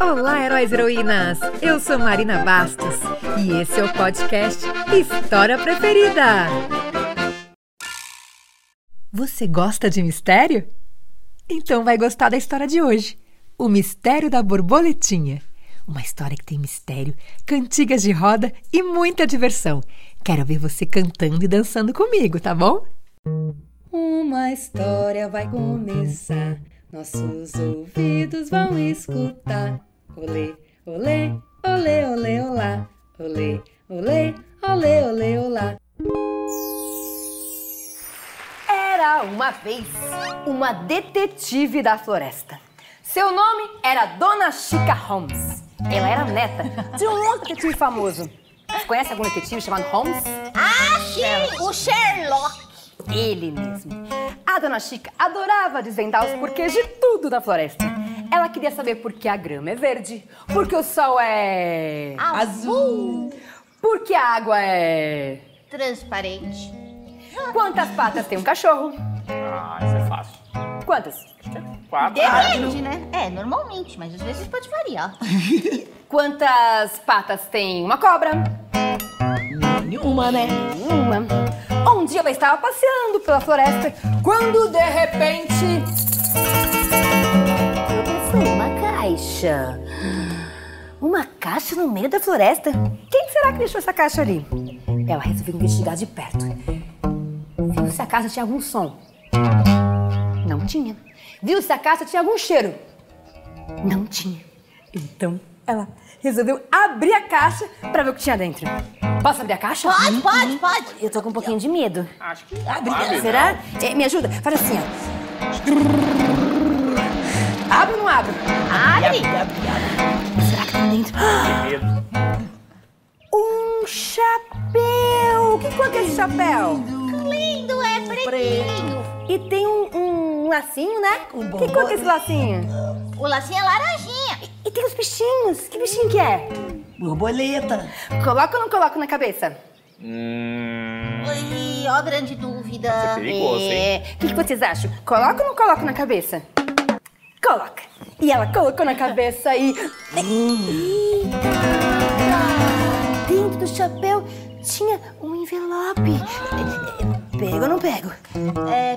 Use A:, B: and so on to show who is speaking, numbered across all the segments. A: Olá, heróis e heroínas! Eu sou Marina Bastos e esse é o podcast História Preferida. Você gosta de mistério? Então vai gostar da história de hoje: O Mistério da Borboletinha. Uma história que tem mistério, cantigas de roda e muita diversão. Quero ver você cantando e dançando comigo, tá bom?
B: Uma história vai começar, nossos ouvidos vão escutar. Olê, olê, olê, olê, olá. Olê, olê, olê, olê, olá.
C: Era uma vez uma detetive da floresta. Seu nome era Dona Chica Holmes. Ela era neta de um outro detetive famoso. Você conhece algum detetive chamado Holmes?
D: Ah, sim, o Sherlock.
C: Ele mesmo. A Dona Chica adorava desvendar os porquês de tudo da floresta. Ela queria saber por que a grama é verde, por que o sol é.
D: Azul.
C: por que a água é.
D: Transparente.
C: Quantas patas tem um cachorro?
E: Ah, isso é fácil. é
C: Quantas?
E: Quatro. Ah,
D: Depende, né? É, normalmente, mas às vezes pode variar.
C: Quantas patas tem uma cobra?
F: Nenhuma, né?
C: Uma. Um dia eu estava passeando pela floresta quando de repente. Eu pensei, uma caixa. Uma caixa no meio da floresta? Quem será que deixou essa caixa ali? Ela resolveu investigar de perto. Viu se a caixa tinha algum som? Não tinha. Viu se a caixa tinha algum cheiro? Não tinha. Então ela resolveu abrir a caixa para ver o que tinha dentro. Posso abrir a caixa?
D: Pode, pode, pode.
C: Eu tô com um pouquinho de medo.
E: Acho que. né?
C: Obrigada. Será? É, me ajuda. Faz assim, ó. Abre ou não abre?
D: Abre.
C: Será que tem dentro?
E: Medo.
C: Um chapéu! O que cor que é esse chapéu?
D: Uhum. Lindo, é pretinho.
C: E tem um, um lacinho, né? Um que cor que é esse lacinho?
D: O lacinho é laranjinha.
C: E tem os bichinhos. Que bichinho que é?
F: Borboleta.
C: Coloca ou não coloca na cabeça?
E: Hum.
D: Oi, ó, grande dúvida.
E: Isso é perigoso, hein?
C: É. O que, que vocês acham? Coloca ou não coloca na cabeça? Coloca. E ela colocou na cabeça e. Eita! Dentro do chapéu tinha um envelope. Pego ou não pego?
D: É,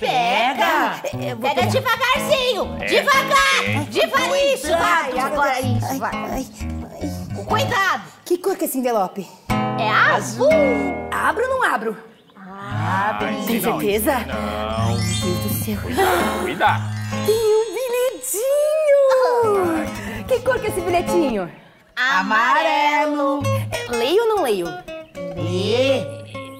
D: Pega. É,
C: Eu vou
D: Pega
C: pegar.
D: devagarzinho.
E: É.
D: Devagar. Devagar. Isso, vai. Agora é isso, vai.
C: Ai, ai.
D: Cuidado.
C: Que cor que é esse envelope?
D: É azul.
C: Abro ou não abro?
E: Ah, isso
C: Tem
E: não,
C: certeza?
E: isso Não.
C: Meu Deus do céu.
E: Cuidado, cuidado.
C: Tem um bilhetinho! Que cor que é esse bilhetinho?
D: Amarelo.
C: Leio ou não leio?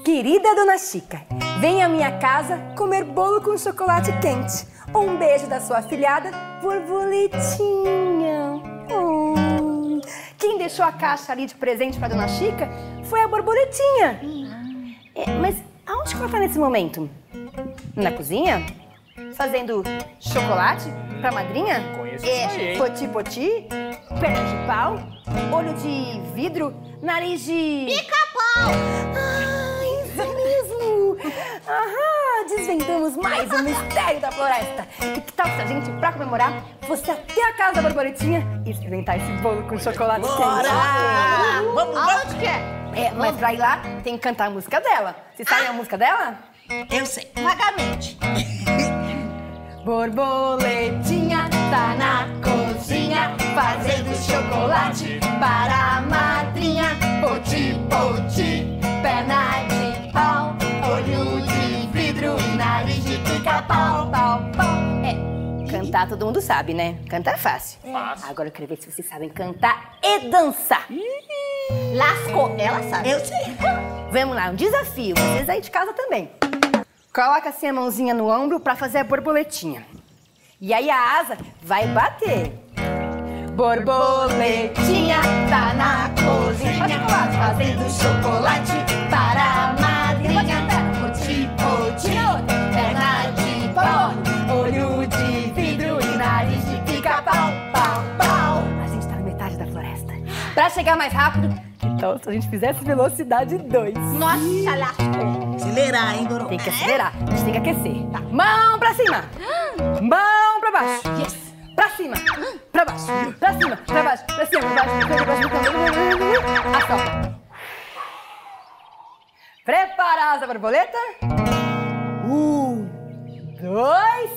C: Querida Dona Chica, venha à minha casa comer bolo com chocolate quente. Um beijo da sua afilhada, borboletinha. Hum. Quem deixou a caixa ali de presente para Dona Chica foi a borboletinha. É, mas aonde que ela tá nesse momento? Na cozinha? Fazendo chocolate pra madrinha?
E: Conheço esse
C: É,
E: jeito.
C: poti-poti, perna de pau, olho de vidro, nariz de...
D: Pica-pau.
C: Ah, isso mesmo! Aham, desvendamos mais um mistério da floresta. E que tal se a gente, pra comemorar, fosse até a casa da borboletinha e experimentar esse bolo com chocolate
F: Bora!
C: quente?
F: Vamos,
D: Aonde que é?
C: É, mas pra ir lá, tem que cantar a música dela. Vocês sabem a música dela?
F: Eu sei.
D: É. Vagamente.
C: Borboletinha tá na cozinha fazendo chocolate para a madrinha. Poti, poti, perna de pau, olho de vidro, nariz de pica-pau, pau, pau. É, cantar todo mundo sabe, né? Cantar é fácil.
E: Fácil.
C: Agora eu quero ver se vocês sabem cantar e dançar.
D: Lascou. Ela sabe.
C: É.
F: Eu sei.
C: Vamos lá, um desafio. Vocês aí de casa também. Coloca assim a mãozinha no ombro pra fazer a borboletinha. E aí a asa vai bater. Borboletinha tá na cozinha fazendo chocolate para a madrinha. Poti, poti, perna de pau, olho de vidro e nariz de pica-pau, pau, pau. A gente tá na metade da floresta. Pra chegar mais rápido, então se a gente fizesse velocidade 2.
D: Nossa, lascou.
F: Acelerar, hein, Dorô?
C: Tem Tá. que acelerar, a gente tem que aquecer. Mão pra cima, mão pra baixo. Pra Pra cima, pra baixo, pra cima, pra baixo, pra cima, pra baixo, pra cima, pra baixo, pra cima. Ação. Prepara a asa borboleta. Um, dois,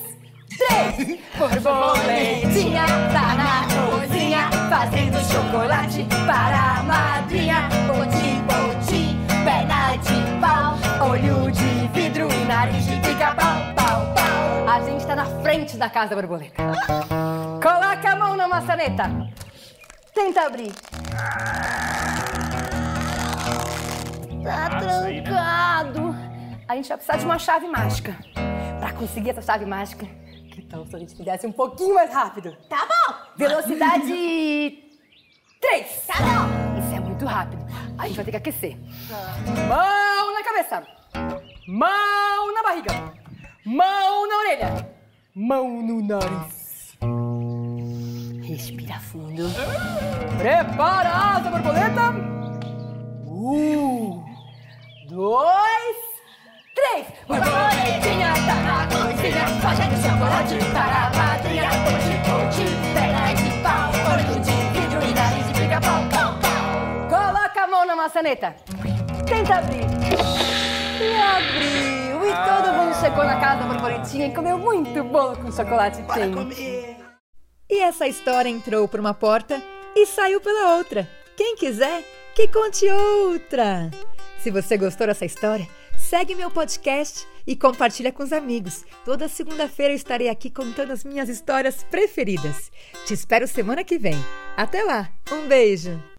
C: três. Borboletinha tá na cozinha fazendo chocolate para a madrinha. Poti, poti, perna de pau, olho de vidro e nariz de pica-pau, pau, pau. A gente tá na frente da casa da borboleta. Coloca a mão na maçaneta. Tenta abrir. Tá
E: Nossa, aí, né?
C: trancado. A gente vai precisar de uma chave mágica. Pra conseguir essa chave mágica, que tal se a gente fizesse um pouquinho mais rápido?
D: Tá bom.
C: Velocidade 3. Tá bom. Isso é muito rápido. A gente vai ter que aquecer. Mão na cabeça. Mão na barriga. Mão na orelha. Mão no nariz. Respira fundo. Prepara a asa, borboleta. Um, dois, três. Borboletinha tá na cozinha, fazendo chocolate para a madrinha. Hoje, hoje, pega esse pau, olho de vidro e nariz de pica-pau, pau, pau. Coloca a mão na maçaneta. Tenta abrir. E abriu. E todo mundo chegou na casa da borboletinha e comeu muito bolo com chocolate
F: Bora
C: quente.
F: comer.
A: E essa história entrou por uma porta e saiu pela outra. Quem quiser, que conte outra. Se você gostou dessa história, segue meu podcast e compartilha com os amigos. Toda segunda-feira eu estarei aqui contando as minhas histórias preferidas. Te espero semana que vem. Até lá, um beijo!